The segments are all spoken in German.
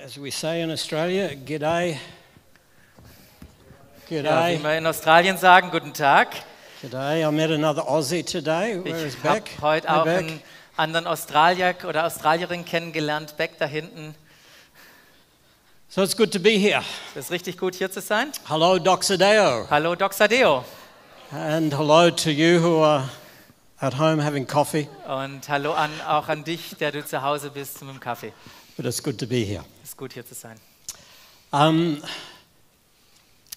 as we say in Australia, g'day. Ja, wie G'day. wir in Australien sagen, guten Tag. G'day. I met another Aussie today. Where is Ich habe Beck? heute Hi, auch Beck. einen anderen Australier oder Australierin kennengelernt, Beck da hinten. So it's good to be here. Es ist richtig gut, hier zu sein. Hello, Doxadeo. Hallo, Doxadeo. And hello to you who are at home having coffee. Und hallo an, auch an dich, der du zu Hause bist mit dem Kaffee. But it's good to be here. Es ist gut, hier zu sein. Um,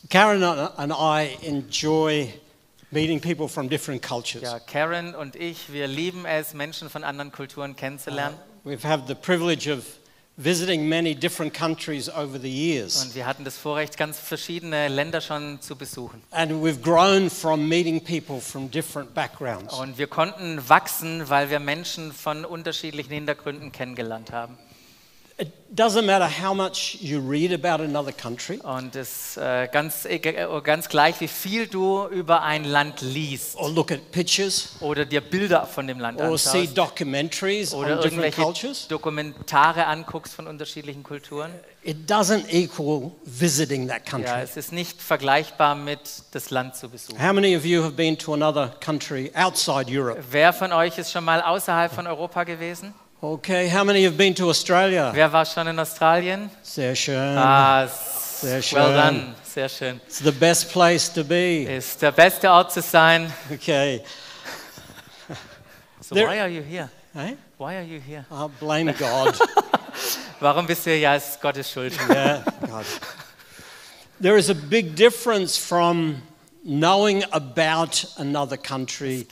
Karen and I enjoy meeting people from different cultures. Ja, Karen und ich, wir lieben es, Menschen von anderen Kulturen kennenzulernen. We've had the privilege of visiting many different countries over the years, Und wir hatten das Vorrecht, ganz verschiedene Länder schon zu besuchen. and we've grown from meeting people from different backgrounds. Und wir konnten wachsen, weil wir Menschen von unterschiedlichen Hintergründen kennengelernt haben. It doesn't matter how much you read about another country Und es äh, ganz, egal- ganz gleich, wie viel du über ein Land liest or look at pictures oder dir Bilder von dem Land or see anschaust documentaries oder on different irgendwelche cultures, Dokumentare anguckst von unterschiedlichen Kulturen. it doesn't equal visiting that Ja, country. es ist nicht vergleichbar mit das Land zu besuchen. How many of you have been to another country outside Europe? Wer von euch ist schon mal außerhalb von Europa gewesen? Okay, how many have been to Australia? Wer war schon in Australien? Sehr schön. Ah, sehr schön. Well done, sehr schön. It's the best place to be. Ist der beste Ort zu sein. Okay. So, There- why are you here? Eh? Why are you here? I blame God. Warum bist du hier? Ja, es ist Gottes Schuld. yeah, God. There is a big difference from knowing about another country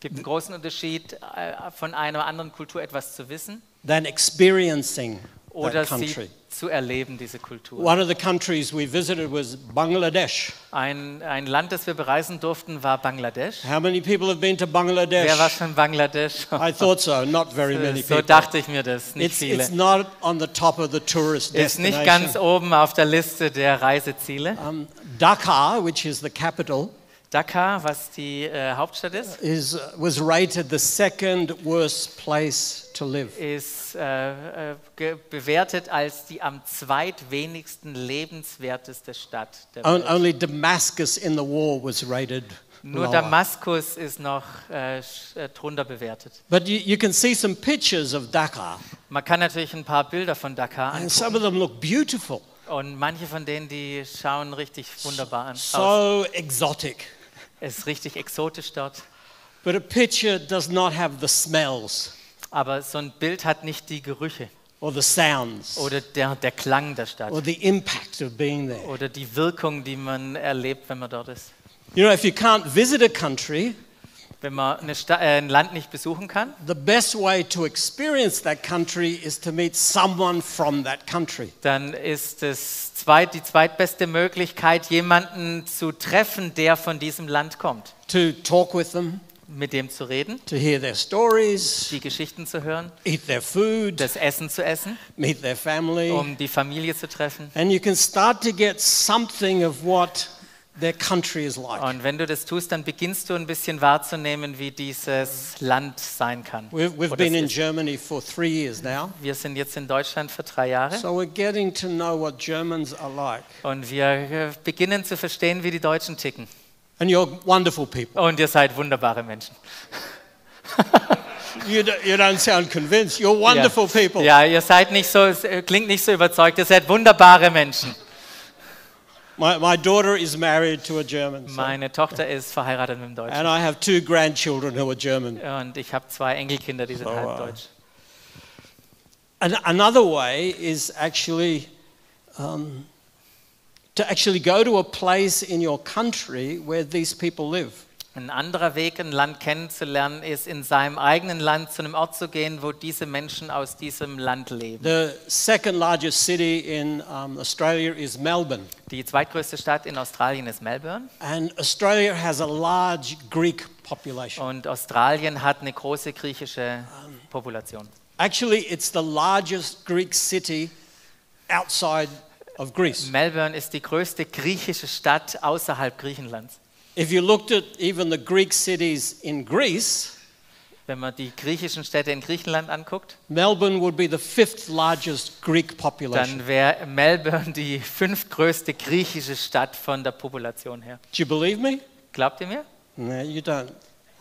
gibt einen großen Unterschied, äh, von einer anderen Kultur etwas zu wissen than experiencing oder that country. sie zu erleben, diese Kultur. One of the countries we visited was Bangladesh. Ein, ein Land, das wir bereisen durften, war Bangladesch. How many people have been to Wer war Bangladesh? schon in Bangladesch? I thought so. Not very many So people. dachte ich mir das, nicht It's, it's viele. not on the top of the tourist Ist nicht destination. ganz oben auf der Liste der Reiseziele. Um, Dhaka, which is the capital, Dakar, was die äh, Hauptstadt ist, is, was rated the second worst place to live. ist äh, äh, ge- bewertet als die am zweitwenigsten lebenswerteste Stadt der On- Welt. only Damascus in the war was rated. Nur lower. Damaskus ist noch äh, sch- äh, drunter bewertet. But you, you can see some pictures of Dhaka, Man kann natürlich ein paar Bilder von Dakar and an some of them look beautiful, und manche von denen, die schauen richtig wunderbar an. aus. so exotic. Es ist richtig exotisch dort, But a picture does not have the smells aber so ein Bild hat nicht die Gerüche or the sounds oder der, der Klang der Stadt or the impact of being there. oder die Wirkung, die man erlebt, wenn man dort ist. You know, if you can't visit a country, Wenn man eine Sta äh, ein Land nicht besuchen kann, the best way to experience that country is to meet someone from that country. dann ist es zweit, die zweitbeste Möglichkeit, jemanden zu treffen, der von diesem Land kommt, to talk with them, mit dem zu reden. to hear their stories, die Geschichten zu hören, eat their food, das Essen zu essen, meet their family. um die Familie zu treffen. And you can start to get something of what their country is like. Und wenn du das tust, dann beginnst du ein bisschen wahrzunehmen, wie dieses Land sein kann. We've, we've Oder es been in ist. Germany for three years now, Wir sind jetzt in Deutschland für drei Jahre so we're getting to know what Germans are like. und wir äh, beginnen zu verstehen, wie die Deutschen ticken. And you're wonderful people. Und ihr seid wunderbare Menschen. You, do, you don't sound convinced. You're wonderful ja. people. Ja, ihr seid nicht so, es äh, klingt nicht so überzeugt, ihr seid wunderbare Menschen. My, my daughter is married to a German. so- Meine Tochter ist verheiratet mit einem Deutschen. and I have two grandchildren who are German. Und ich habe zwei Enkelkinder, die sind So, halb äh, deutsch. An- another way is actually um, to actually go to a place in your country where these people live. Ein anderer Weg, ein Land kennenzulernen, ist, in seinem eigenen Land zu einem Ort zu gehen, wo diese Menschen aus diesem Land leben. The second largest city in um, Australia is Melbourne, Die zweitgrößte Stadt in Australien ist Melbourne and Australia has a large Greek population. und Australien hat eine große griechische Population. Actually, it's the largest Greek city outside of Greece. Melbourne ist die größte griechische Stadt außerhalb Griechenlands. If you looked at even the Greek cities in Greece, Wenn man die griechischen Städte in Griechenland anguckt, Melbourne would be the fifth largest Greek population. dann wäre Melbourne die fünftgrößte griechische Stadt von der Population her. Do you believe me? Glaubt ihr mir? No, you don't.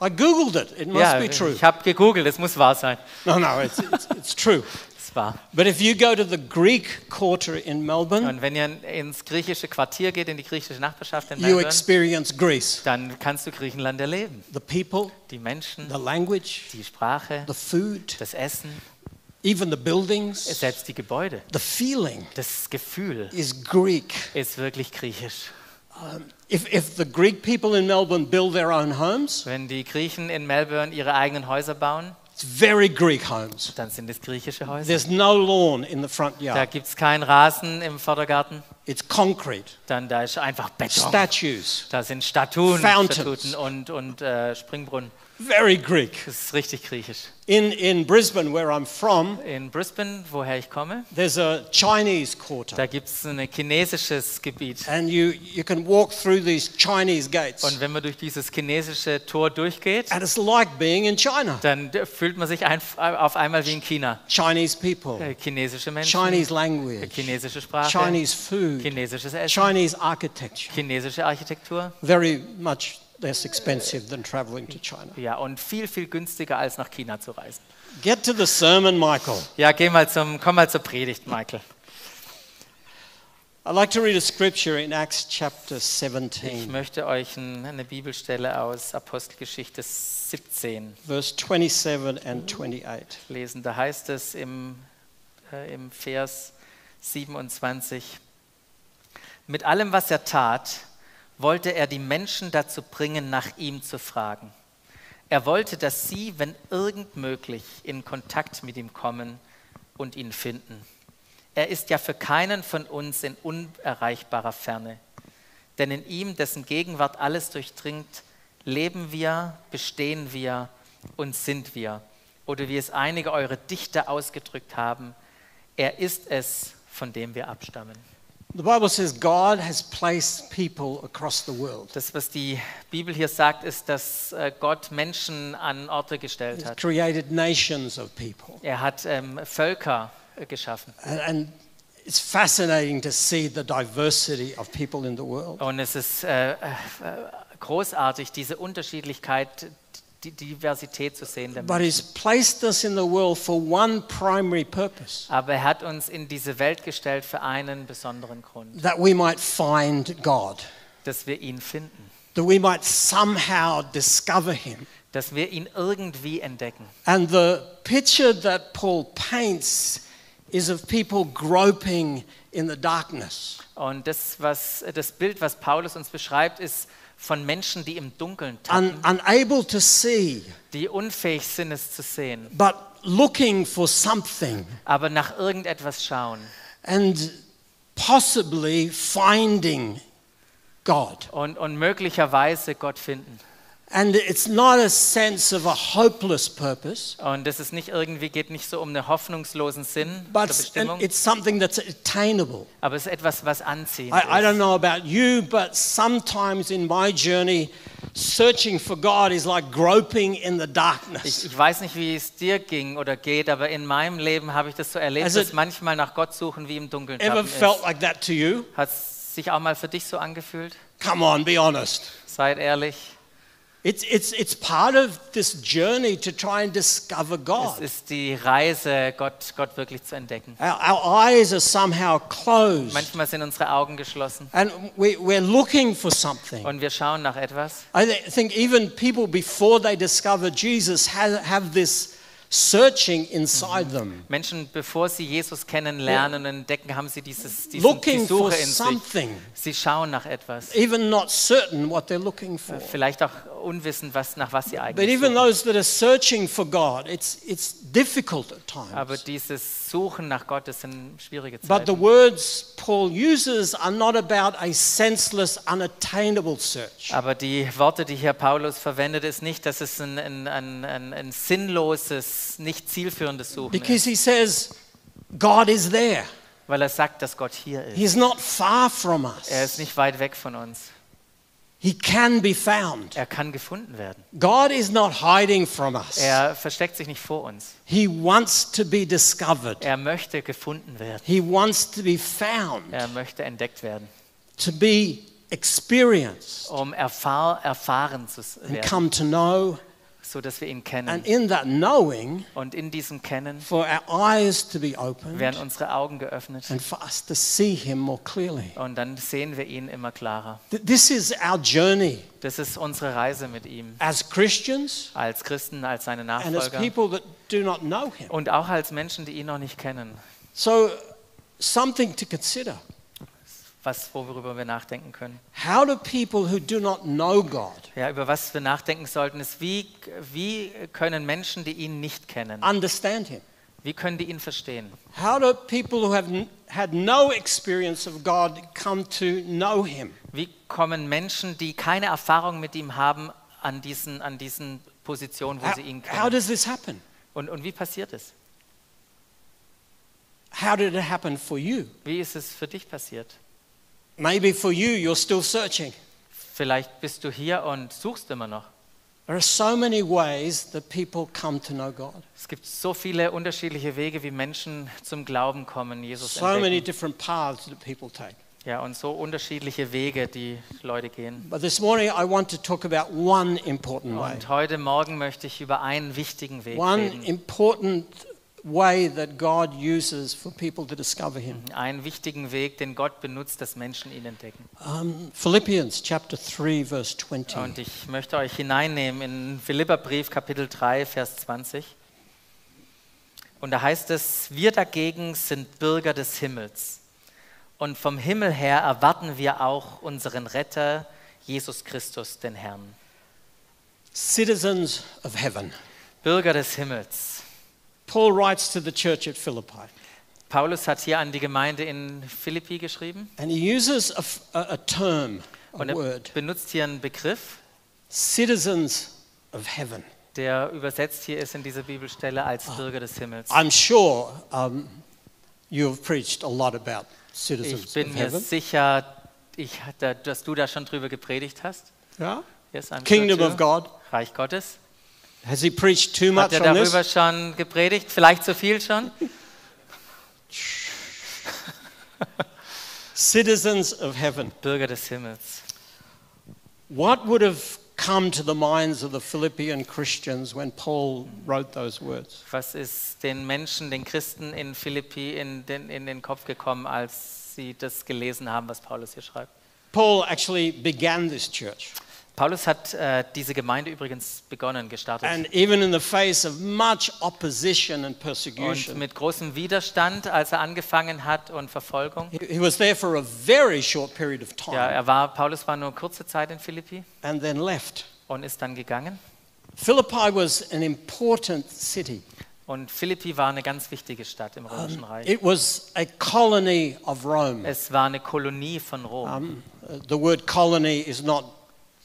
I Googled it. It must ja, be true. ich habe gegoogelt, es muss wahr sein. No, no, it's, it's, it's true. Es ist wahr. But if you go to the Greek quarter in Melbourne, Und wenn ihr ins griechische Quartier geht, in die griechische Nachbarschaft in you Melbourne, experience Greece. dann kannst du Griechenland erleben. The people, Die Menschen, the language, die Sprache, the food, das Essen, even the buildings, selbst die Gebäude. the feeling Das Gefühl is Greek. ist wirklich griechisch. If, if the Greek people in Melbourne build their own homes, Wenn die Griechen in Melbourne ihre eigenen Häuser bauen, it's very Greek homes. dann sind es griechische Häuser. There's no lawn in the front Da yard. gibt es keinen Rasen im Vordergarten, It's concrete, dann da ist einfach Beton. statues, Da sind Statuen, Fountains. Statuten und, und äh, Springbrunnen. very Greek. Das ist richtig griechisch. In, in Brisbane, where I'm from, In Brisbane, woher ich komme, there's a Chinese quarter. da gibt es ein chinesisches Gebiet. And you, you can walk through these Chinese Und gates. wenn man durch dieses chinesische Tor durchgeht, And it's like being in China. dann fühlt man sich ein, auf einmal wie in China. Chinese people, Äh, Chinesische Menschen, äh, Chinese language, chinesische Sprache, Chinese food, chinesisches Essen, Chinese architecture. chinesische Architektur. Very much less expensive than traveling to China. Ja, und viel, viel günstiger als nach China zu reisen. Get to the sermon, Michael. Ja, geh mal zum, komm mal zur Predigt, Michael. I'd like to read a scripture in Acts chapter Ich 17, möchte euch ein, eine Bibelstelle aus Apostelgeschichte 17 verse 27 and 28. lesen. Da heißt es im, äh, im Vers 27, mit allem, was er tat, wollte er die Menschen dazu bringen, nach ihm zu fragen. Er wollte, dass sie, wenn irgend möglich, in Kontakt mit ihm kommen und ihn finden. Er ist ja für keinen von uns in unerreichbarer Ferne. Denn in ihm, dessen Gegenwart alles durchdringt, leben wir, bestehen wir und sind wir. Oder wie es einige eure Dichter ausgedrückt haben, er ist es, von dem wir abstammen. The Bible says God has placed people across the world. Das, was die Bibel hier sagt, ist, dass äh, Gott Menschen an Orte gestellt He's hat. created nations of people. Er hat ähm, Völker äh, geschaffen. And, and it's fascinating to see the diversity of people in the world. Und es ist äh, äh, großartig, diese Unterschiedlichkeit, die Diversität zu sehen. Der But He's placed us in the world for one primary purpose Aber er hat uns in diese Welt gestellt für einen besonderen Grund, that we might find God, dass wir ihn finden, that we might somehow discover Him. dass wir ihn irgendwie entdecken. And the picture that Paul paints is of people groping in the darkness. Und das, was, das Bild, was Paulus uns beschreibt, ist von Menschen, die im Dunkeln Un- tappen, unable to see, die unfähig sind, es zu sehen, but looking for something aber nach irgendetwas schauen and possibly finding God. und, und möglicherweise Gott finden. And it's not a sense of a hopeless purpose, Und das ist nicht irgendwie, geht nicht so um einen hoffnungslosen Sinn but zur s- Bestimmung, it's something that's attainable. aber es ist etwas, was anziehend I, I ist. don't know about you, but sometimes in my journey, searching for God is like groping in the darkness. Ich, ich weiß nicht, wie es dir ging oder geht, aber in meinem Leben habe ich das so erlebt, Also- dass manchmal nach Gott suchen wie im Dunkeln Ever tappen ist. felt like that to you? Hat es sich auch mal für dich so angefühlt? Come on, be honest. Seid ehrlich. It's, it's, it's part of this journey to try and discover Es God. ist die Reise, Gott, Gott wirklich zu entdecken. Our, our eyes are somehow closed Manchmal sind unsere Augen geschlossen and we, we're looking for something. und wir schauen nach etwas. I thi- think even people before they discover Jesus have, have this searching inside them, Menschen, bevor sie Jesus kennenlernen und entdecken, haben sie dieses, diesen, die looking for Suche in sich. something, Sie schauen nach etwas. even not certain what they're looking for. Vielleicht auch unwissend, was, nach was sie But eigentlich even suchen. those that are searching for God, it's, it's difficult at times. Aber dieses Suchen nach Gott, das sind schwierige Zeiten. But the words Paul uses are not about a senseless, unattainable search. Aber die Worte, die hier Paulus verwendet, ist nicht, dass es ein, ein, ein, ein, ein sinnloses, nicht zielführendes Suchen ist, Because he says, God is there. weil er sagt, dass Gott hier ist. He's not far from Er ist us. nicht weit weg von uns. He can be found. Er kann gefunden werden. God is not hiding from us. Er versteckt sich nicht vor uns. He wants to be discovered. Er möchte gefunden werden. He wants to be found, Er möchte entdeckt werden, to be experienced um erfahr erfahren zu s- and werden, come to know. so dass wir ihn And kennen. in that knowing, Und in diesem Kennen for our eyes to be opened werden unsere Augen geöffnet and for us to see Him more clearly. und dann sehen wir ihn immer klarer. Th- This is our journey Das ist unsere Reise mit ihm, as Christians als Christen, als seine and as Nachfolger people that do not know Him. und auch als Menschen, die ihn noch nicht kennen, So, something to consider. was, worüber wir nachdenken können. How do people who do not know God Ja, über was wir nachdenken sollten, ist, wie, wie können Menschen, die ihn nicht kennen, understand Him? wie können die ihn verstehen? How do people who have n- had no experience of God come to know Him? Wie kommen Menschen, die keine Erfahrung mit ihm haben, an diesen, an diesen Positionen, wo How, sie ihn how kennen? does this happen? Und, und wie passiert es? How did it happen for you? Wie ist es für dich passiert? Maybe for you, you're still searching. Vielleicht bist du hier und suchst immer noch. There are so many ways that people come to know God, Es gibt so viele unterschiedliche Wege, wie Menschen zum Glauben kommen, Jesus so many entdecken. different paths that people take. Ja, und so unterschiedliche Wege, die Leute gehen. But this morning, I want to talk about one important way, Und heute Morgen möchte ich über einen wichtigen Weg one reden. important way that God uses for people to discover Him. Einen wichtigen Weg, den Gott benutzt, dass Menschen ihn entdecken. Um, Philippians chapter 3, verse 20. Und ich möchte euch hineinnehmen in Philipperbrief Kapitel 3, Vers 20. Und da heißt es, wir dagegen sind Bürger des Himmels. Und vom Himmel her erwarten wir auch unseren Retter, Jesus Christus, den Herrn. Citizens of heaven. Bürger des Himmels. Paul writes to the church at Philippi, Paulus hat hier an die Gemeinde in Philippi geschrieben and he uses a, f- a- a term, a und er word, benutzt hier einen Begriff, citizens of heaven. der übersetzt hier ist in dieser Bibelstelle als Ah, Bürger des Himmels. I'm sure um, you have preached a lot about Ich citizens bin of mir heaven. sicher, ich, da- dass du da schon drüber gepredigt hast. Yeah? Yes, I'm Kingdom sure of too. God. Reich Gottes. Has he preached too Hat much er on darüber this? schon gepredigt? Vielleicht zu viel schon? Citizens of heaven. Bürger des Himmels. What would have come to the minds of the Philippian Christians when Paul wrote those words? Was ist den Menschen, den Christen in Philippi in den, in den Kopf gekommen, als sie das gelesen haben, was Paulus hier schreibt? Paul actually began this church. Paulus hat äh, diese Gemeinde übrigens begonnen, gestartet. And even in the face of much opposition and und persecution, mit großem Widerstand, als er angefangen hat und Verfolgung. he- he was there for a very short period of time Ja, er war, Paulus war nur kurze Zeit in Philippi and then left. und ist dann gegangen. Philippi was an important city. Und Philippi war eine ganz wichtige Stadt im Römischen Reich. It was a colony of Rome. Es war eine Kolonie von Rom. Um, uh, the word colony is not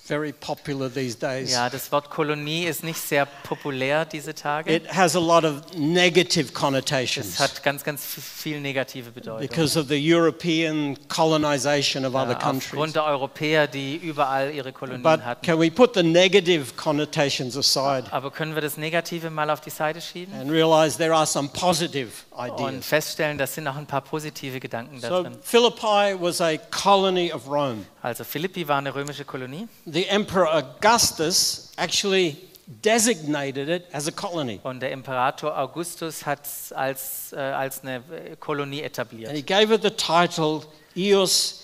very popular these days. Ja, das Wort Kolonie ist nicht sehr populär diese Tage. It has a lot of negative Es connotations hat ganz, ganz f- viel negative Bedeutung. because of the European colonization of other Ja, aufgrund countries. der Europäer, die überall ihre Kolonien But hatten. can we put the negative connotations aside? Aber können wir das Negative mal auf die Seite schieben and realize there are some positive und ideas. feststellen, das sind auch ein paar positive Gedanken da So drin. Philippi was a colony of Rome. Also Philippi war eine römische Kolonie The emperor Augustus actually designated it as a colony. und der Imperator Augustus hat es als, äh, als eine äh, Kolonie And he etabliert. gave it the title Ius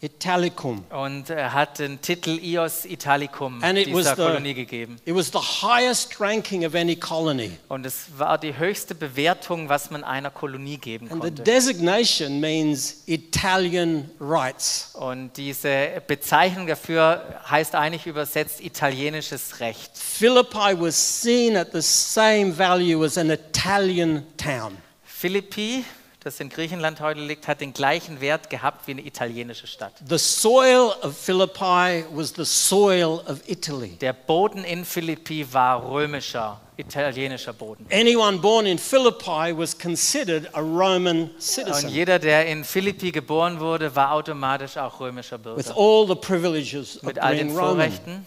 Italicum. Und er hat den Titel Ios Italicum And it was dieser the- Kolonie gegeben. It was the highest ranking of any colony. Und es war die höchste Bewertung, was man einer Kolonie geben And the konnte. designation means Italian rights. Und diese Bezeichnung dafür heißt eigentlich übersetzt italienisches Recht. Philippi was seen at the same value as an Italian town. Philippi, das in Griechenland heute liegt, hat den gleichen Wert gehabt wie eine italienische Stadt. The soil of Philippi was the soil of Italy. Der Boden in Philippi war römischer, italienischer Boden. Anyone born in Philippi was considered a Roman Und citizen jeder, der in Philippi geboren wurde, war automatisch auch römischer with Bürger. all the privileges of Mit all den being Roman. Vorrechten.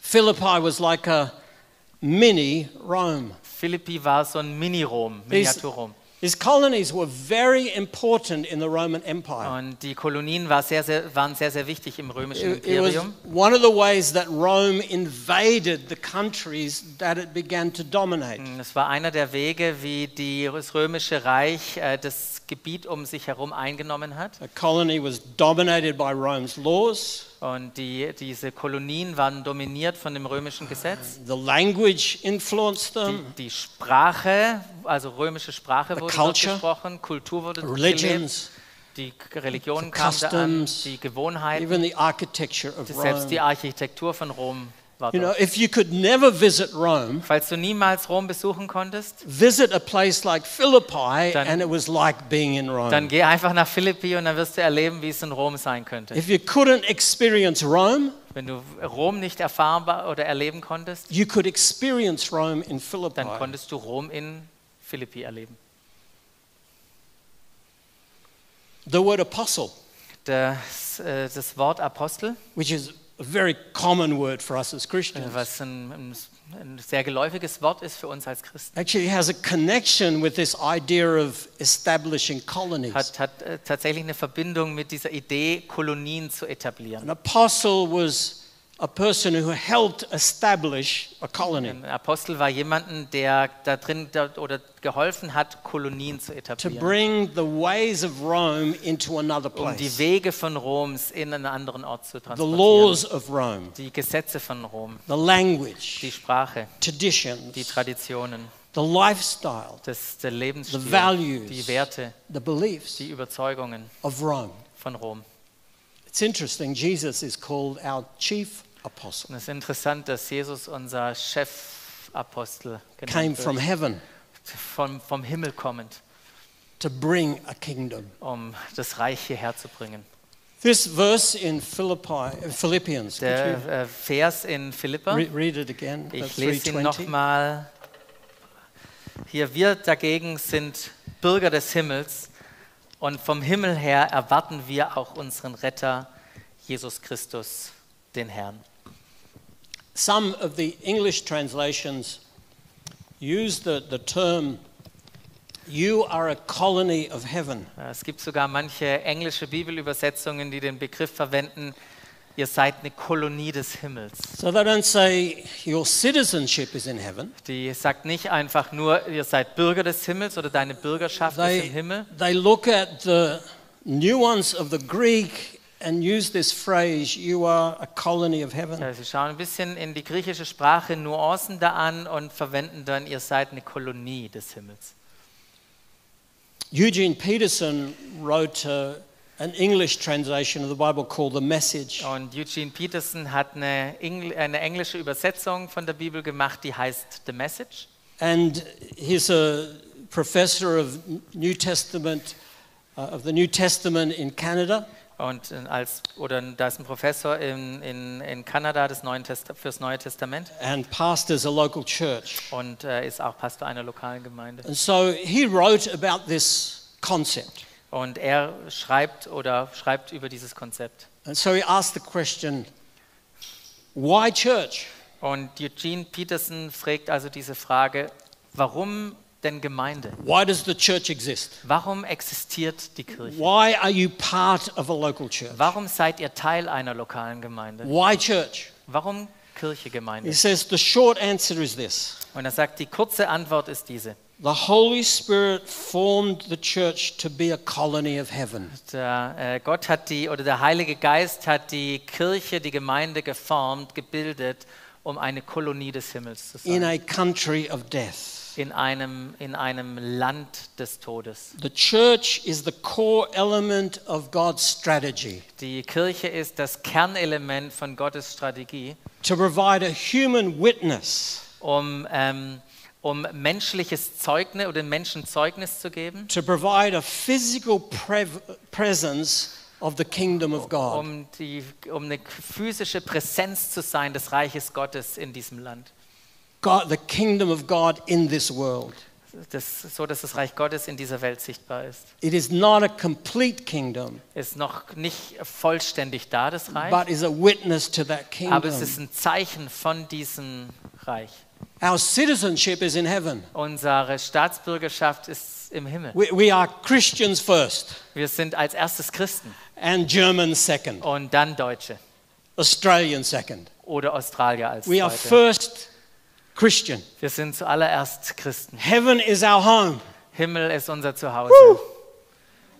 Philippi was like a mini Rome. Philippi war so ein Mini-Rom, Miniatur-Rom. His colonies were very important in the Roman Empire. Und die Kolonien war sehr, sehr, waren sehr, sehr wichtig im römischen It, it was Imperium. one of the ways that Rome invaded the countries that it began to dominate. Es war einer der Wege, wie die, das römische Reich äh, das Gebiet um sich herum eingenommen hat. A colony was dominated by Rome's laws, Und die, diese Kolonien waren dominiert von dem römischen Gesetz. the language influenced Die, them, die Sprache, also römische Sprache wurde dort culture, gesprochen, Kultur wurde dort gelebt, religions, die Religionen kamen da an, customs, die Gewohnheiten, even the architecture of selbst die Rome. Architektur von Rom war You know, dort. if you could never visit Rome, Falls du niemals Rom besuchen konntest, visit a place like Philippi, Dann- and it was like being in dann Rome. geh einfach nach Philippi und dann wirst du erleben, wie es in Rom sein könnte. If you couldn't experience Rome, Wenn du Rom nicht erfahren ba- oder erleben konntest, you could experience Rome in Philippi. dann konntest du Rom in Philippi erleben. The word apostle, Das, äh, das Wort Apostel, which is a very common word for us as äh, Christians, was ein, ein, ein sehr geläufiges Wort ist für uns als Christen, actually has a connection with this idea of establishing colonies. hat, hat äh, tatsächlich eine Verbindung mit dieser Idee, Kolonien zu An etablieren. apostle was a person who helped establish a colony, Ein Apostel war jemanden, der da drin da, oder geholfen hat, Kolonien zu to etablieren, bring the ways of Rome into another um die place, Wege von Roms in einen anderen Ort zu the transportieren. laws of Rome, Die Gesetze von Rom, the die language, Sprache, die traditions, Traditionen, the lifestyle, das, der Lebensstil, The values. die Werte, the beliefs die Überzeugungen of Rome. von Rom. It's interesting, Jesus is called our chief apostle, Und es ist interessant, dass Jesus unser Chefapostel came genannt from wird, heaven vom, vom Himmel kommend, to bring a kingdom. um das Reich hierher zu bringen. This verse in Philippi, Philippians, could Der äh, Vers in you Philippa, re- read it again? ich That's lese ihn 3:20. nochmal. Hier, wir dagegen sind Bürger des Himmels und vom Himmel her erwarten wir auch unseren Retter, Jesus Christus, den Herrn. Some of the English translations use the, the term, you are a colony of heaven. Es gibt sogar manche englische Bibelübersetzungen, die den Begriff verwenden, ihr seid eine Kolonie des Himmels. So they don't say your citizenship is in heaven. Die sagt nicht einfach nur, ihr seid Bürger des Himmels oder deine Bürgerschaft ist im They, Himmel, they look at the nuance of the Greek and use this phrase, you are a colony of heaven. Ja, Sie schauen ein bisschen in die griechische Sprache Nuancen da an und verwenden dann, ihr seid eine Kolonie des Himmels. Eugene Peterson wrote uh, an English translation of the Bible called The Message. Und Eugene Peterson hat eine, Engl eine englische Übersetzung von der Bibel gemacht, die heißt The Message. And he's a professor of New Testament, uh, of the New Testament in Canada. Und äh, als, oder da ist ein Professor in, in, in Kanada des Neuen Test fürs Neue Testament and pastors a local church. und äh, ist auch Pastor einer lokalen Gemeinde. And so he wrote about this concept. Und er schreibt oder schreibt über dieses Konzept. And so he asked the question, why church? Und Eugene Peterson fragt also diese Frage, warum denn Gemeinde? Why does the church exist? Warum existiert die Kirche? Why are you part of a local church? Warum seid ihr Teil einer lokalen Gemeinde? Why church? Warum Kirche He Gemeinde? says the short answer is this Und er sagt, die kurze Antwort ist diese. the Holy Spirit formed the church to be a colony of heaven. Der, äh, Gott hat die oder der Heilige Geist hat die Kirche, die Gemeinde geformt, gebildet, um eine Kolonie des Himmels zu in sein. a country of death. In einem, in einem Land des Todes. The church is the core element of God's strategy Die Kirche ist das Kernelement von Gottes Strategie, to provide a human witness um, ähm, um menschliches Zeugnis oder den Menschen Zeugnis zu geben, to provide a physical prev- presence of the kingdom of God. um, die, um eine physische Präsenz zu sein des Reiches Gottes in diesem Land. God, the kingdom of God in this world. Das, so dass das Reich Gottes in dieser Welt sichtbar ist. It is not a complete kingdom, Ist noch nicht vollständig da, das Reich, but is a witness to that aber es ist kingdom. ein Zeichen von diesem Reich. Our citizenship is in heaven. Unsere Staatsbürgerschaft ist im Himmel. We, we are Christians first, Wir sind als erstes Christen and Germans second, und dann Deutsche Australian second. oder Australier als We are Zweite. first Christian. Wir sind zuallererst Christen. Heaven is our home. Himmel ist unser Zuhause.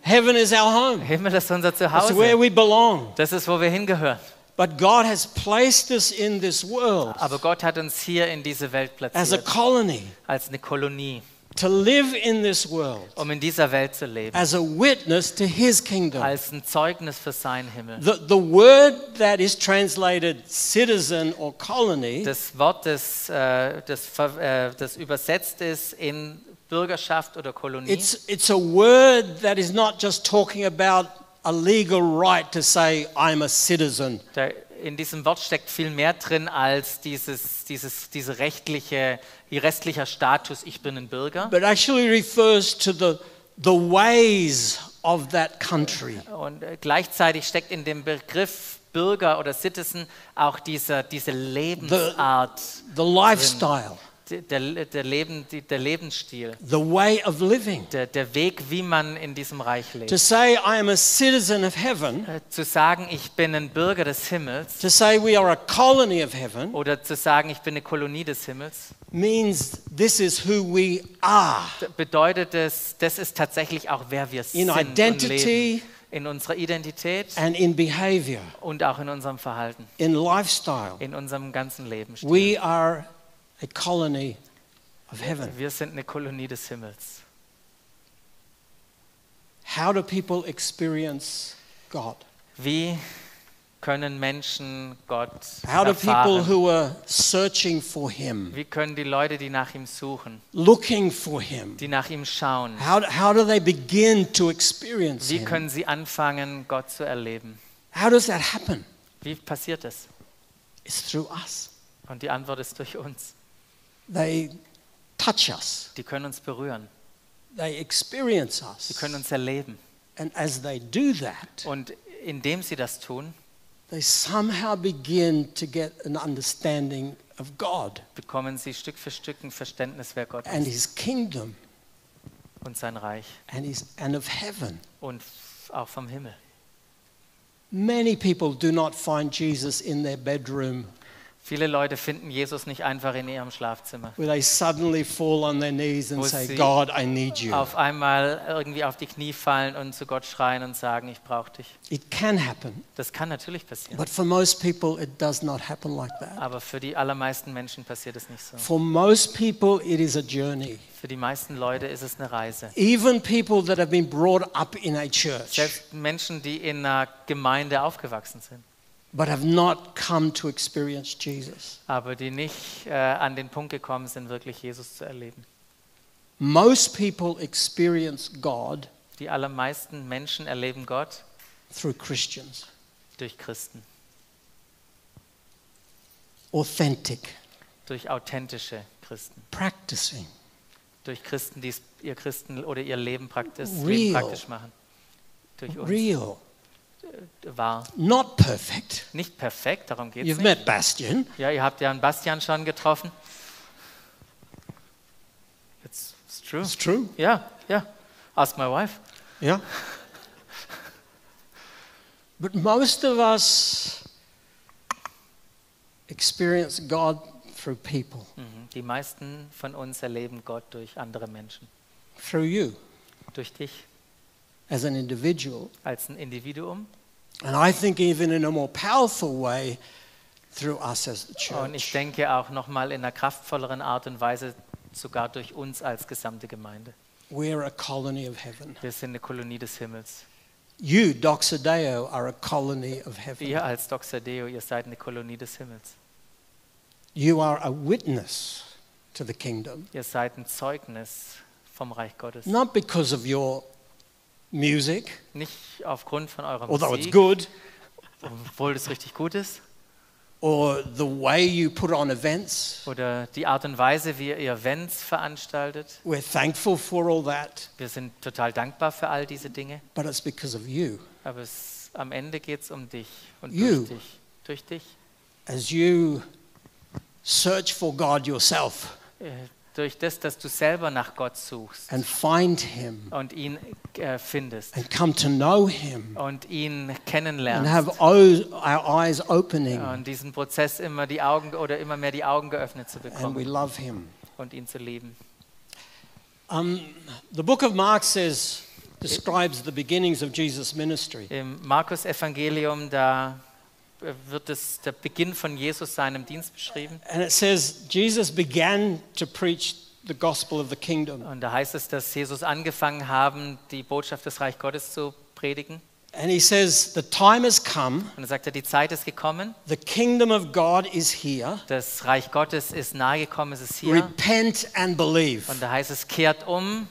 Heaven is our home. Himmel ist unser That's where Zuhause. we belong. Das ist, wo wir hingehören. But God has placed us in this world Aber Gott hat uns hier in diese Welt as a platziert, colony als eine Kolonie, to live in this world um in dieser Welt zu leben, as a witness to his kingdom. als ein Zeugnis für seinen Himmel. The, the word that is translated citizen or colony Das Wort, das, äh, das, ver- äh, das übersetzt ist in Bürgerschaft oder Kolonie, It's, it's a word that is not just talking about a legal right to say, I'm a citizen. da, in diesem Wort steckt viel mehr drin als dieses, dieses, diese rechtliche, ihr restlicher Status, ich bin ein Bürger. but actually refers to the, the ways of that country. Und äh, gleichzeitig steckt in dem Begriff Bürger oder Citizen auch dieser, diese Lebensart, the lifestyle, de- der, der, Leben, die- der Lebensstil, the way of living. der, der Weg, wie man in diesem Reich lebt. To say I am a citizen of heaven, Äh, zu sagen, ich bin ein Bürger des Himmels to say we are a colony of heaven, oder zu sagen, ich bin eine Kolonie des Himmels, means this is who we are. d- bedeutet es, das ist tatsächlich auch, wer wir sind und identity. leben. In unserer Identität And in behavior, und auch in unserem Verhalten, in lifestyle, in unserem ganzen Leben. we are a colony of heaven. Wir sind eine Kolonie des Himmels. How do people experience God? Wie können Menschen Gott How do people erfahren? who are searching for Him, Wie können die Leute, die nach ihm suchen, looking for Him, die nach ihm schauen, How, how do they begin to experience wie him? können sie anfangen, Gott zu erleben? How does that happen? Wie passiert das? It's through us. Und die Antwort ist durch uns. They touch us. Die können uns berühren, They experience sie können us. uns erleben. And as they do that, Und indem sie das tun, they somehow begin to get an understanding of God bekommen sie Stück für Stück ein Verständnis, wer Gott and ist His kingdom und sein Reich and, his, and of heaven. und f- auch vom Himmel. Many people do not find Jesus in their bedroom Viele Leute finden Jesus nicht einfach in ihrem Schlafzimmer. where they suddenly fall on their knees and Wo say, sie God, I need you. Auf einmal irgendwie auf die Knie fallen und zu Gott schreien und sagen, ich brauche dich. It can happen, Das kann natürlich passieren. but for most people, it does not happen like that. Aber für die allermeisten Menschen passiert es nicht so. For most people, it is a journey. Für die meisten Leute ist es eine Reise. Even people that have been brought up in a church Selbst Menschen, die in einer Gemeinde aufgewachsen sind, but have not come to experience Jesus. aber die nicht äh, an den Punkt gekommen sind, wirklich Jesus zu erleben. Most people experience God Die allermeisten Menschen erleben Gott through Christians, durch Christen, authentic, durch authentische Christen, practicing, durch Christen, die es- ihr Christen oder ihr Leben praktisch, Leben Real. praktisch machen. Durch uns real, wahr. not perfect. Nicht perfekt, darum geht es You've nicht. met Bastian. Ja, ihr habt ja einen Bastian schon getroffen. It's, it's true. It's true. Ja, ja. Ask my wife. Yeah. But most of us experience God through people, Mhm. Die meisten von uns erleben Gott durch andere Menschen. through you Durch dich as an individual. als ein Individuum. And I think even in a more powerful way through us as the Und ich church. denke auch nochmal in einer kraftvolleren Art und Weise sogar durch uns als gesamte Gemeinde. We're a colony of heaven. Wir sind eine Kolonie des Himmels. You, Doxodeo, are a colony of heaven. Ihr als Doxadeo, ihr seid eine Kolonie des Himmels. You are a witness to the kingdom. Ihr seid ein Zeugnis vom Reich Gottes. Not because of your music, Nicht aufgrund von eurer although it's Musik, good, obwohl es richtig gut ist, or the way you put on events. oder die Art und Weise, wie ihr Events veranstaltet. We're thankful for all that, Wir sind total dankbar für all diese Dinge, but it's because of you. aber es, am Ende geht es um dich und You. durch dich. Durch dich. As you search for God yourself Äh, Durch das, dass du selber nach Gott suchst and find Him und ihn äh, findest and come to know Him und ihn and kennenlernst have o- our eyes opening und diesen Prozess immer die Augen oder immer mehr die Augen geöffnet zu and we bekommen love Him. und ihn zu lieben. Um, the book of Mark says, describes the beginnings of Jesus' ministry. Im Markus Evangelium da äh, wird es der Beginn von Jesus seinem Dienst beschrieben And it says, Jesus began to preach the gospel of the kingdom. und da heißt es, dass Jesus angefangen haben, die Botschaft des Reich Gottes zu predigen And he says, The time has come, und er sagte, die Zeit ist gekommen, the kingdom of God is here. das Reich Gottes ist nahegekommen, es ist hier Repent and believe. und da heißt es, kehrt um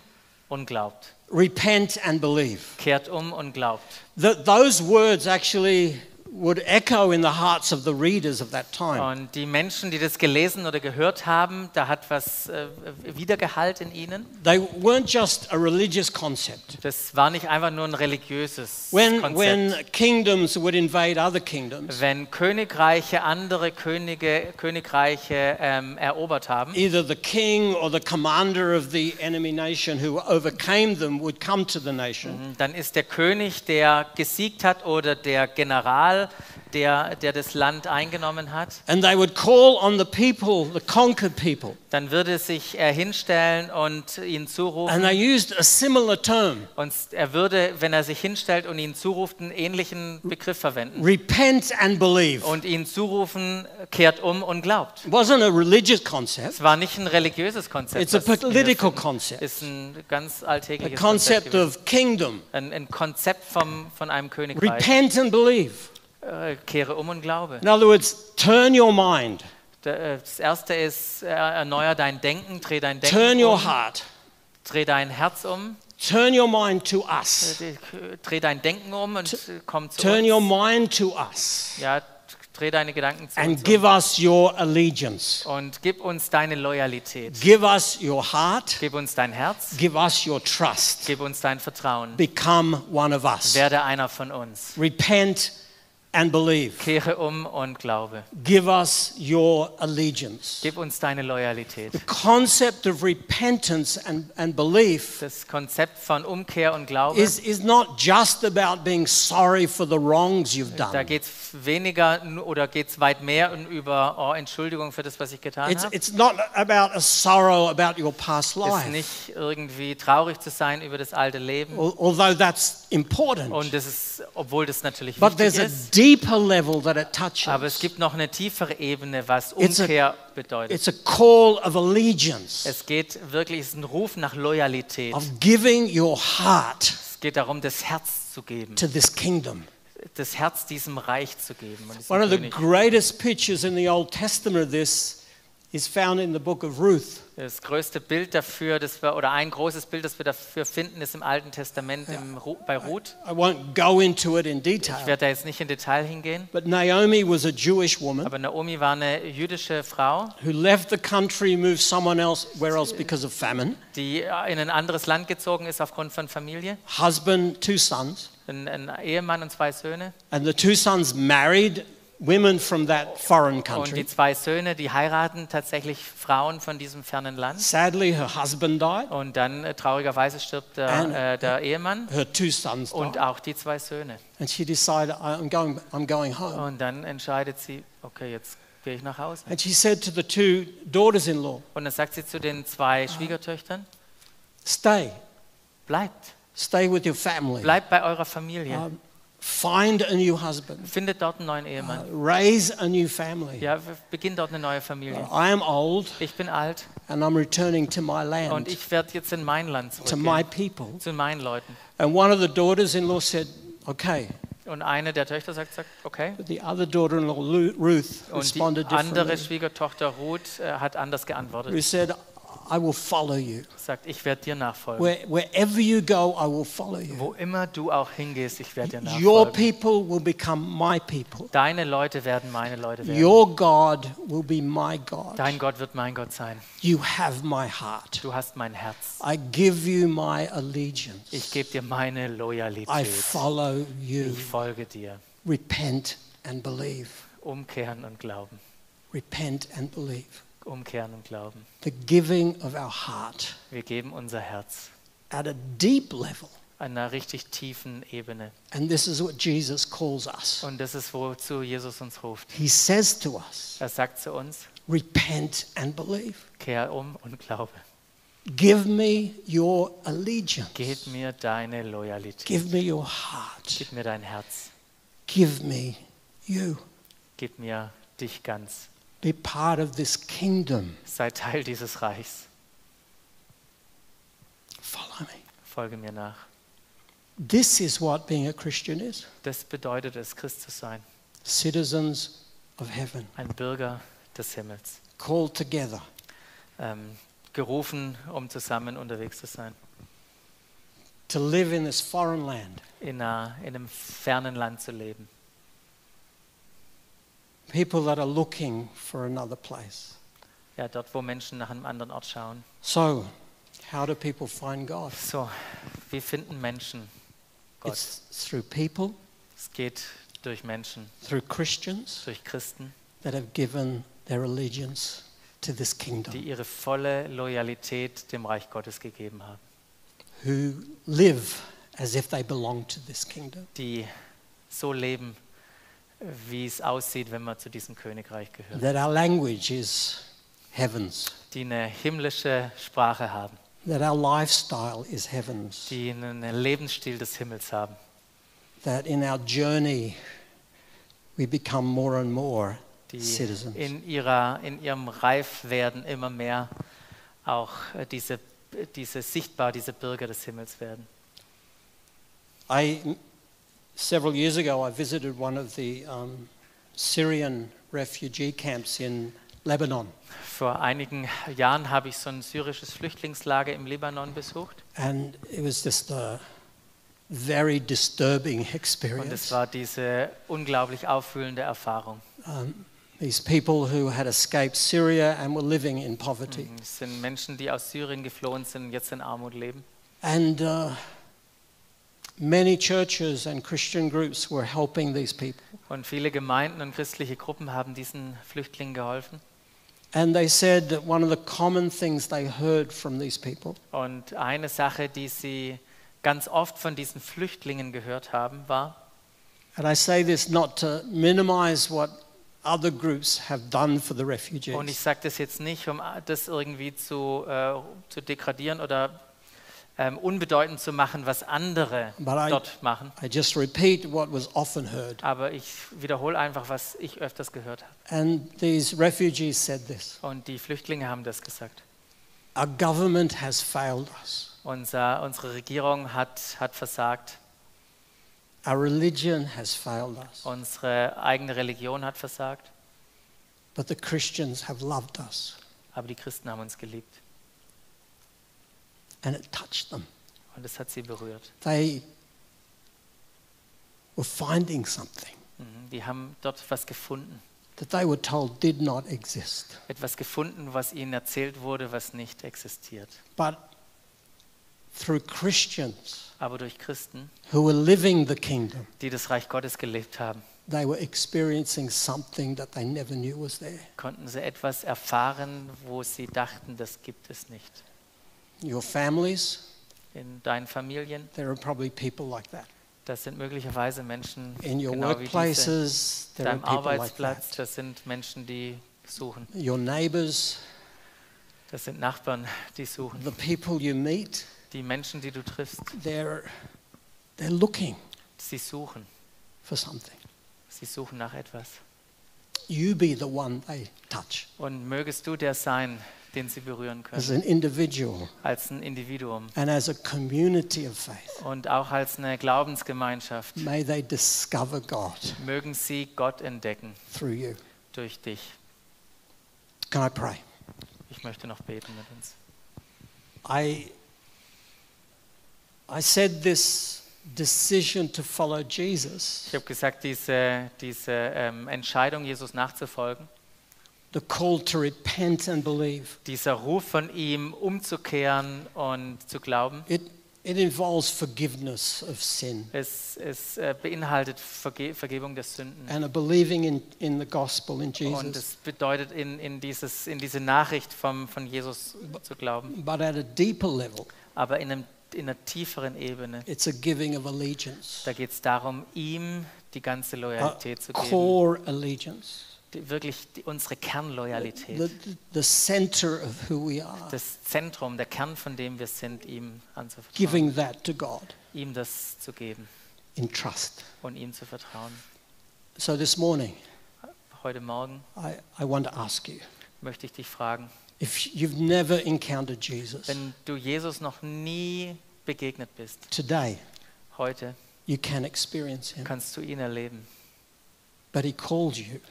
und glaubt. Repent and believe. Kehrt um und glaubt. That those words actually would echo in the hearts of the readers of that time. Und die Menschen, die das gelesen oder gehört haben, da hat was äh, Wiedergehalt in ihnen. They weren't just a religious concept. Das war nicht einfach nur ein religiöses When, Konzept. when kingdoms would invade other kingdoms, Wenn Königreiche andere Könige, Königreiche ähm, erobert haben, either the king or the commander of the enemy nation who overcame them would come to the nation. dann ist der König, der gesiegt hat, oder der General, der, der das Land eingenommen hat, And they would call on the people, the conquered people. dann würde sich er hinstellen und ihnen And zurufen. they used a similar term Und er würde, wenn er sich hinstellt und ihnen zuruft, einen ähnlichen Begriff verwenden. repent and believe. und ihnen zurufen, kehrt um und glaubt. It wasn't a religious concept, Es war nicht ein religiöses Konzept. it's a das wir political finden. concept, Ist ein ganz a alltägliches concept Konzept. gewesen. of kingdom. Ein, ein Konzept vom, von einem Königreich. Repent and believe. Äh, kehre um und glaube. In other words, turn your mind, Da, äh, Das erste ist, äh, erneuer dein Denken, dreh dein Denken turn your um, heart, dreh dein Herz um, turn your mind to us, äh, dreh dein Denken um und äh, komm zu turn your uns. mind to us, Ja, dreh deine Gedanken zu and uns give us your allegiance. um. und gib uns deine Loyalität. Give us your heart, Gib uns dein Herz, give us your trust. gib uns dein Vertrauen. Become one of us. Werde einer von uns. Repent and believe. Kehre um und glaube. Give us your allegiance. Gib uns deine Loyalität. The concept of repentance and, and belief Das Konzept von Umkehr und Glaube, is, is not just about being sorry for the wrongs you've da done. geht es weniger n- oder geht es weit mehr und über oh, Entschuldigung für das, was ich getan It's, habe. it's not about a sorrow about your past Ist life, Oh. nicht irgendwie traurig zu sein über das alte Leben. al- although that's Und important. das ist, obwohl das natürlich But wichtig there's a ist, deeper level that it aber es touches. gibt noch eine tiefere Ebene, was It's a- Umkehr bedeutet. It's a call of allegiance, Es geht wirklich, es ist ein Ruf nach Loyalität. of giving your heart Es geht darum, das Herz zu geben, to this kingdom. das Herz diesem Reich zu geben. Und diesem One of the König. greatest pictures in the Old Testament of this is found in the book of Ruth. Das größte Bild dafür, das wir, oder ein großes Bild, das wir dafür finden, ist im Alten Testament im, Ru- bei Ruth. I won't go into it in Ich detail, werde da jetzt nicht in Detail hingehen, but Naomi was a Jewish woman aber Naomi war eine jüdische Frau, who left the country, moved someone else, where else because of famine. die in ein anderes Land gezogen ist aufgrund von Familie. Husband, two sons, Ein, ein Ehemann und zwei Söhne. and the two sons married women from that foreign Und die country. zwei Söhne, die heiraten tatsächlich Frauen von diesem fernen Land. Sadly, her husband died, Und dann äh, traurigerweise stirbt And- der, äh, der Ehemann her two sons und died, auch die zwei Söhne. and she decided, "I'm going, I'm going home." Und dann entscheidet sie, okay, jetzt gehe ich nach Hause. And she said to the two daughters-in-law, Und dann sagt sie zu den zwei Schwiegertöchtern, "Stay, bleibt. stay with your family." Bleibt bei eurer Familie. Um, find a new husband, Findet dort einen neuen Ehemann. raise a new family. Ja, w- beginnt dort eine neue Familie. I am old Ich bin alt and I'm returning to my und land, ich werde jetzt in mein Land to my zurückgehen. people. Zu meinen Leuten. And one of the daughters in law said, Okay, Und eine der Töchter sagt, sagt okay. But the other daughter in law, Ruth, Und die responded andere differently. Schwiegertochter Ruth äh, hat anders geantwortet. Ruth said, I will follow you. Sagt, ich werde dir nachfolgen. Where, wherever you go, I will follow you. Wo immer du auch hingehst, ich werde dir Your nachfolgen. people will become my people. Deine Leute werden meine Leute werden. Your God will be my God. Dein Gott wird mein Gott sein. You have my heart. Du hast mein Herz. I give you my Ich allegiance. gebe dir meine I Loyalität. follow you. Ich folge dir. Repent and believe. Umkehren und glauben. Repent and believe. Umkehren und glauben. The giving of our heart Wir geben unser Herz at a deep level. an einer richtig tiefen Ebene. And this is what Jesus calls us. Und das ist, wozu Jesus uns ruft. He says to us, Er sagt zu uns, Repent and believe. kehr um und glaube. Give me your allegiance. Gib mir deine Loyalität. Give me your heart. Gib mir dein Herz. Give me you. Gib mir dich ganz. Be part of this kingdom. Sei Teil dieses Reichs. Follow me. Folge mir nach. This is what being a Christian is Das bedeutet es, Christ zu sein. citizens of heaven, Ein Bürger des Himmels. called together Ähm, gerufen, um zusammen unterwegs zu sein. to live in this foreign land. In, einer, in einem fernen Land zu leben. People that are looking for another place. Ja, dort, wo Menschen nach einem anderen Ort schauen. So, how do people find God? So, wir finden Menschen. Gott. It's through people, Es geht durch Menschen, through Christians durch Christen, that have given their allegiance to this kingdom, die ihre volle Loyalität dem Reich Gottes gegeben haben. who live as if they belong to this kingdom. die so leben, wie es aussieht, wenn man zu diesem Königreich gehört. that our language is heavens, Die eine himmlische Sprache haben, that our lifestyle is heavens, die einen Lebensstil des Himmels haben, that in our journey we become more and more die citizens. in, ihrer, in ihrem Reifwerden immer mehr auch äh, diese, diese sichtbar, diese Bürger des Himmels werden. I, several years ago, I visited one of the um, Syrian refugee camps in Lebanon, Vor einigen Jahren habe ich so ein syrisches Flüchtlingslager im Libanon besucht and it was just a very disturbing und es experience. war diese unglaublich aufwühlende Erfahrung. Um, these people who had escaped Syria and were living in poverty. Es sind Menschen, die aus Syrien geflohen sind und jetzt in Armut leben. And uh, many churches and Christian groups were helping these people. Und viele Gemeinden und christliche Gruppen haben diesen Flüchtlingen geholfen. And they said that one of the common things they heard from these people Und eine Sache, die sie ganz oft von diesen Flüchtlingen gehört haben, war, And I say this not to minimize what other groups have done for the refugees. und ich sage das jetzt nicht, um das irgendwie zu, äh, zu degradieren oder ähm, unbedeutend zu machen, was andere But I- dort machen, I just repeat what was often heard. aber ich wiederhole einfach, was ich öfters gehört habe. And these refugees said this Und die Flüchtlinge haben das gesagt. Our government has failed us, Unser, unsere Regierung hat, hat versagt, our religion has failed us, unsere eigene Religion hat versagt, but the Christians have loved us. aber die Christen haben uns geliebt. And it touched them. Und das hat sie berührt. They were finding something. Mhm. Die haben dort was gefunden. that they were told did not exist. Etwas gefunden, was ihnen erzählt wurde, was nicht existiert. But through Christians Aber durch Christen, who were living the kingdom, die das Reich Gottes gelebt haben, they were experiencing something that they never knew was there. konnten sie etwas erfahren, wo sie dachten, das gibt es nicht. Your families, In deinen Familien, there are probably people like that. das sind möglicherweise Menschen, In your genau wie diese. workplaces, there are Deinem people like Arbeitsplatz, that. das sind Menschen, die suchen. Your neighbors, Das sind Nachbarn, die suchen. the people you meet, Die Menschen, die du triffst, they're, they're looking sie suchen. for something. Sie suchen nach etwas. You be the one they touch. Und mögest du der sein, den sie berühren können, as an individual als ein Individuum and as a community of faith. und auch als eine Glaubensgemeinschaft. May they discover God Mögen sie Gott entdecken through you. durch dich. Can I pray? Ich möchte noch beten mit uns. I, I said this decision to follow Jesus, Ich habe gesagt, diese, diese ähm, Entscheidung, Jesus nachzufolgen, the call to repent and believe, dieser Ruf von ihm, umzukehren und zu glauben, it, it involves forgiveness of sin es, es äh, beinhaltet Verge Vergebung der Sünden. and a believing in, in the gospel in Und Jesus. es bedeutet, in, in, dieses, in diese Nachricht vom, von Jesus zu glauben. But at a deeper level, Aber in, einem, in einer tieferen Ebene, it's a giving of allegiance, da geht es darum, ihm die ganze a Loyalität zu geben. core allegiance. Die, wirklich die, unsere the, Kernloyalität. the center of who we are, Das Zentrum, der Kern, von dem wir sind, ihm anzuvertrauen. giving that to God Ihm das zu geben in trust. und ihm zu vertrauen. So this morning, Heute Morgen I, I want to ask you möchte ich dich fragen, if you've never encountered Jesus, wenn du Jesus noch nie begegnet bist, today heute you can experience him. kannst du ihn erleben. But he called you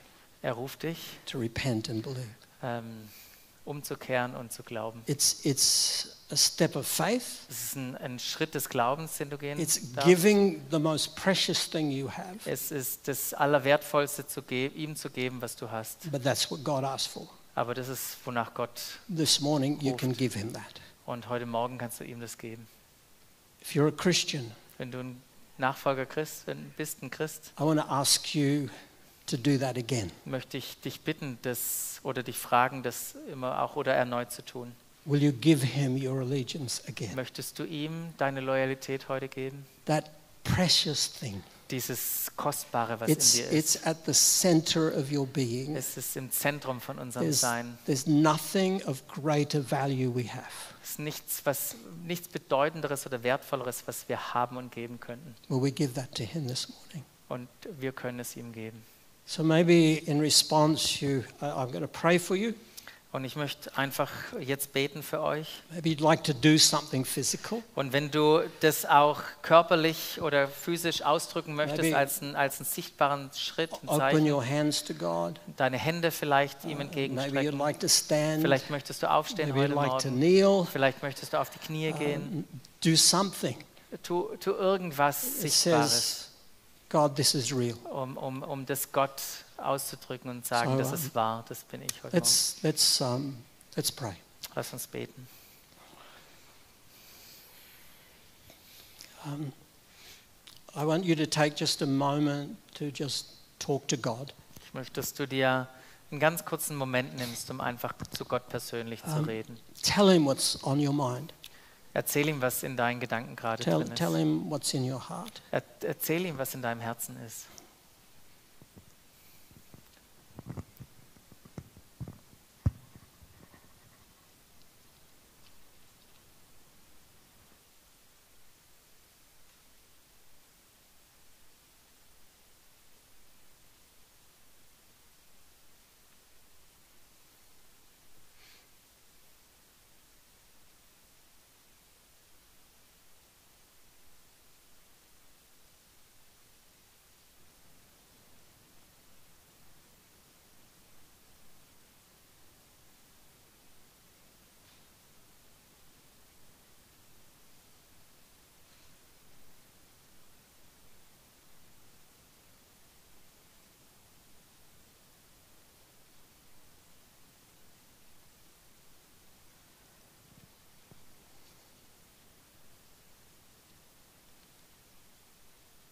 Er ruft dich, to repent and believe. ähm, umzukehren und zu glauben. It's, it's a step of faith, Es ist ein, ein Schritt des Glaubens, den du gehen it's darfst. giving the most precious thing you have. Es ist das Allerwertvollste, zu ge- ihm zu geben, was du hast. But that's what God asked for. Aber das ist, wonach Gott. This morning, you Ruft. can give him that. Und heute Morgen kannst du ihm das geben. If you're a Christian, Wenn du ein Nachfolger Christ wenn- bist, ein Christ, I want to ask you to do that again. möchte ich dich bitten, das oder dich fragen, das immer auch oder erneut zu tun. Will you give him your allegiance again? Möchtest du ihm deine Loyalität heute geben? That precious thing. Dieses Kostbare, was It's, in dir ist. it's at the center of your being. Es ist im Zentrum von unserem There's, Sein. there's nothing of greater value we have. Es ist nichts, was, nichts Bedeutenderes oder Wertvolleres, was wir haben und geben könnten. Will we give that to him this morning? Und wir können es ihm geben. So maybe in response, you, I, I'm going to pray for you. Und ich möchte einfach jetzt beten für euch. Maybe you'd like to do something physical. Und wenn du das auch körperlich oder physisch ausdrücken möchtest, Maybe- als, ein, als einen sichtbaren Schritt, ein Open Zeichen, your hands to God. deine Hände vielleicht ihm Maybe you'd entgegenstrecken. like to stand. Vielleicht möchtest du aufstehen Maybe you'd heute like to Um, Morgen. kneel. Vielleicht möchtest du auf die Knie gehen. Do something. Tu, tu irgendwas It Sichtbares, says, God, this is real. um, um, um das Gott auszudrücken und sagen, So, das ähm, ist wahr, das bin ich heute Morgen. Let's, let's, um, let's pray. Lass uns beten. I want you to take just a moment to just talk to God. Ich möchte, dass du dir einen ganz kurzen Moment nimmst, um einfach zu Gott persönlich Ähm, zu reden. Tell Him what's on your mind. Erzähl ihm, was in deinen Gedanken gerade Tell, drin ist. tell Him what's in your heart. Er, erzähl ihm, was in deinem Herzen ist.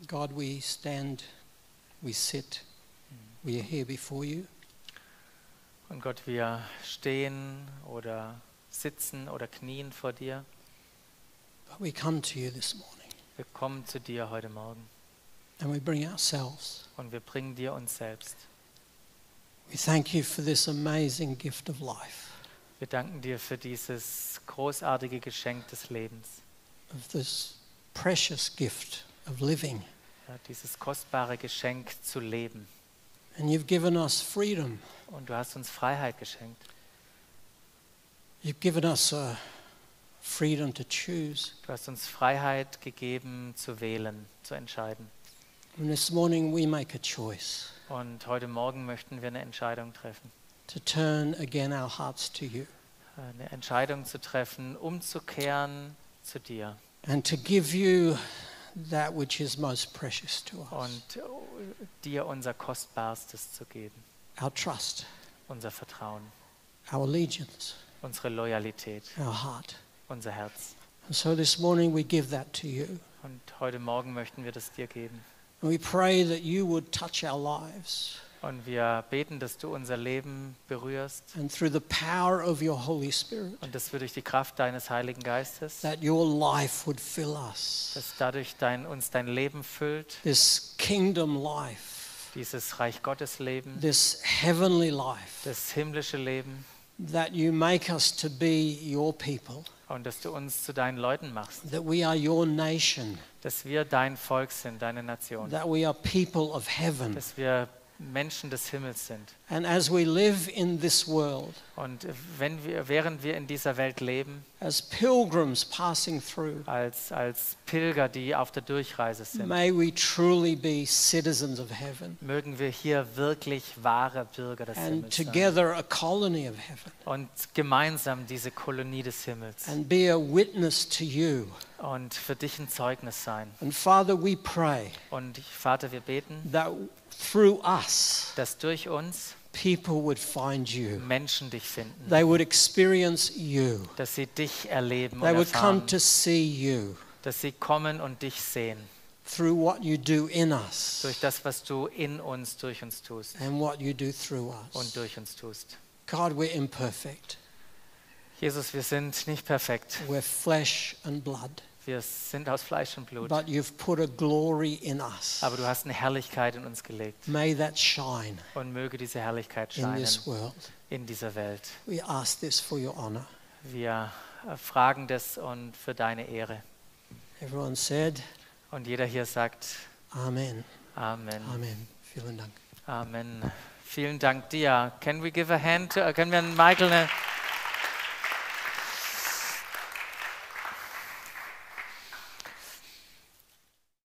God, we stand, we sit, we are here before you. Und Gott, wir stehen oder sitzen oder knien vor dir. But we come to you this morning Wir kommen zu dir heute Morgen and we bring ourselves. und wir bringen dir uns selbst. We thank you for this amazing gift of life, Wir danken dir für dieses großartige Geschenk des Lebens, of this precious gift of living. ja, dieses kostbare Geschenk zu leben. And you've given us freedom. Und du hast uns Freiheit geschenkt. You've given us uh, freedom to choose. Du hast uns Freiheit gegeben, zu wählen, zu entscheiden. And this morning we make a choice Und heute Morgen möchten wir eine Entscheidung treffen. to turn again our hearts to you Eine Entscheidung zu treffen, umzukehren zu dir and to give you that which is most precious to us und dir unser Kostbarstes zu geben, our trust, unser Vertrauen, our allegiance, unsere Loyalität, our heart. unser Herz. And so this morning we give that to you. Und heute Morgen möchten wir das dir geben. And we pray that you would touch our lives Und wir beten, dass du unser Leben berührst and through the power of your Holy Spirit, und dass wir durch die Kraft deines Heiligen Geistes, that your life would fill us. dass dadurch dein, uns dein Leben füllt, This kingdom life, dieses Reich Gottes Leben, this heavenly life, das himmlische Leben that you make us to be your people, und dass du uns zu deinen Leuten machst, that we are your nation, dass wir dein Volk sind, deine Nation, that we are people of heaven. dass wir Menschen des Himmels sind. And as we live in this world, Und wenn wir, während wir in dieser Welt leben, as pilgrims passing through, als, als Pilger, die auf der Durchreise sind, may we truly be citizens of heaven mögen wir hier wirklich wahre Bürger des and Himmels sein. together a colony of heaven und gemeinsam diese Kolonie des Himmels and be a witness to you. und für dich ein Zeugnis sein. And Father, we pray Und Vater, wir beten, that through us, dass durch uns people would find you. Menschen dich finden, They would experience you. dass sie dich erleben und They would come erfahren, to see you dass sie kommen und dich sehen, through what you do in us durch das, was du in uns, durch uns tust and what you do through und us. durch uns tust. God, we're imperfect. Jesus, wir sind nicht perfekt, We're flesh and blood. wir sind aus Fleisch und Blut, But you've put a glory in us. aber du hast eine Herrlichkeit in uns gelegt May that shine und möge diese Herrlichkeit in scheinen this world. in dieser Welt. We ask this for your honor. Wir äh, fragen das und für deine Ehre. Everyone said, Und jeder hier sagt Amen. Amen. Amen. Vielen Dank. Amen. Vielen Dank dir. Can we give a hand to, können äh, wir Michael eine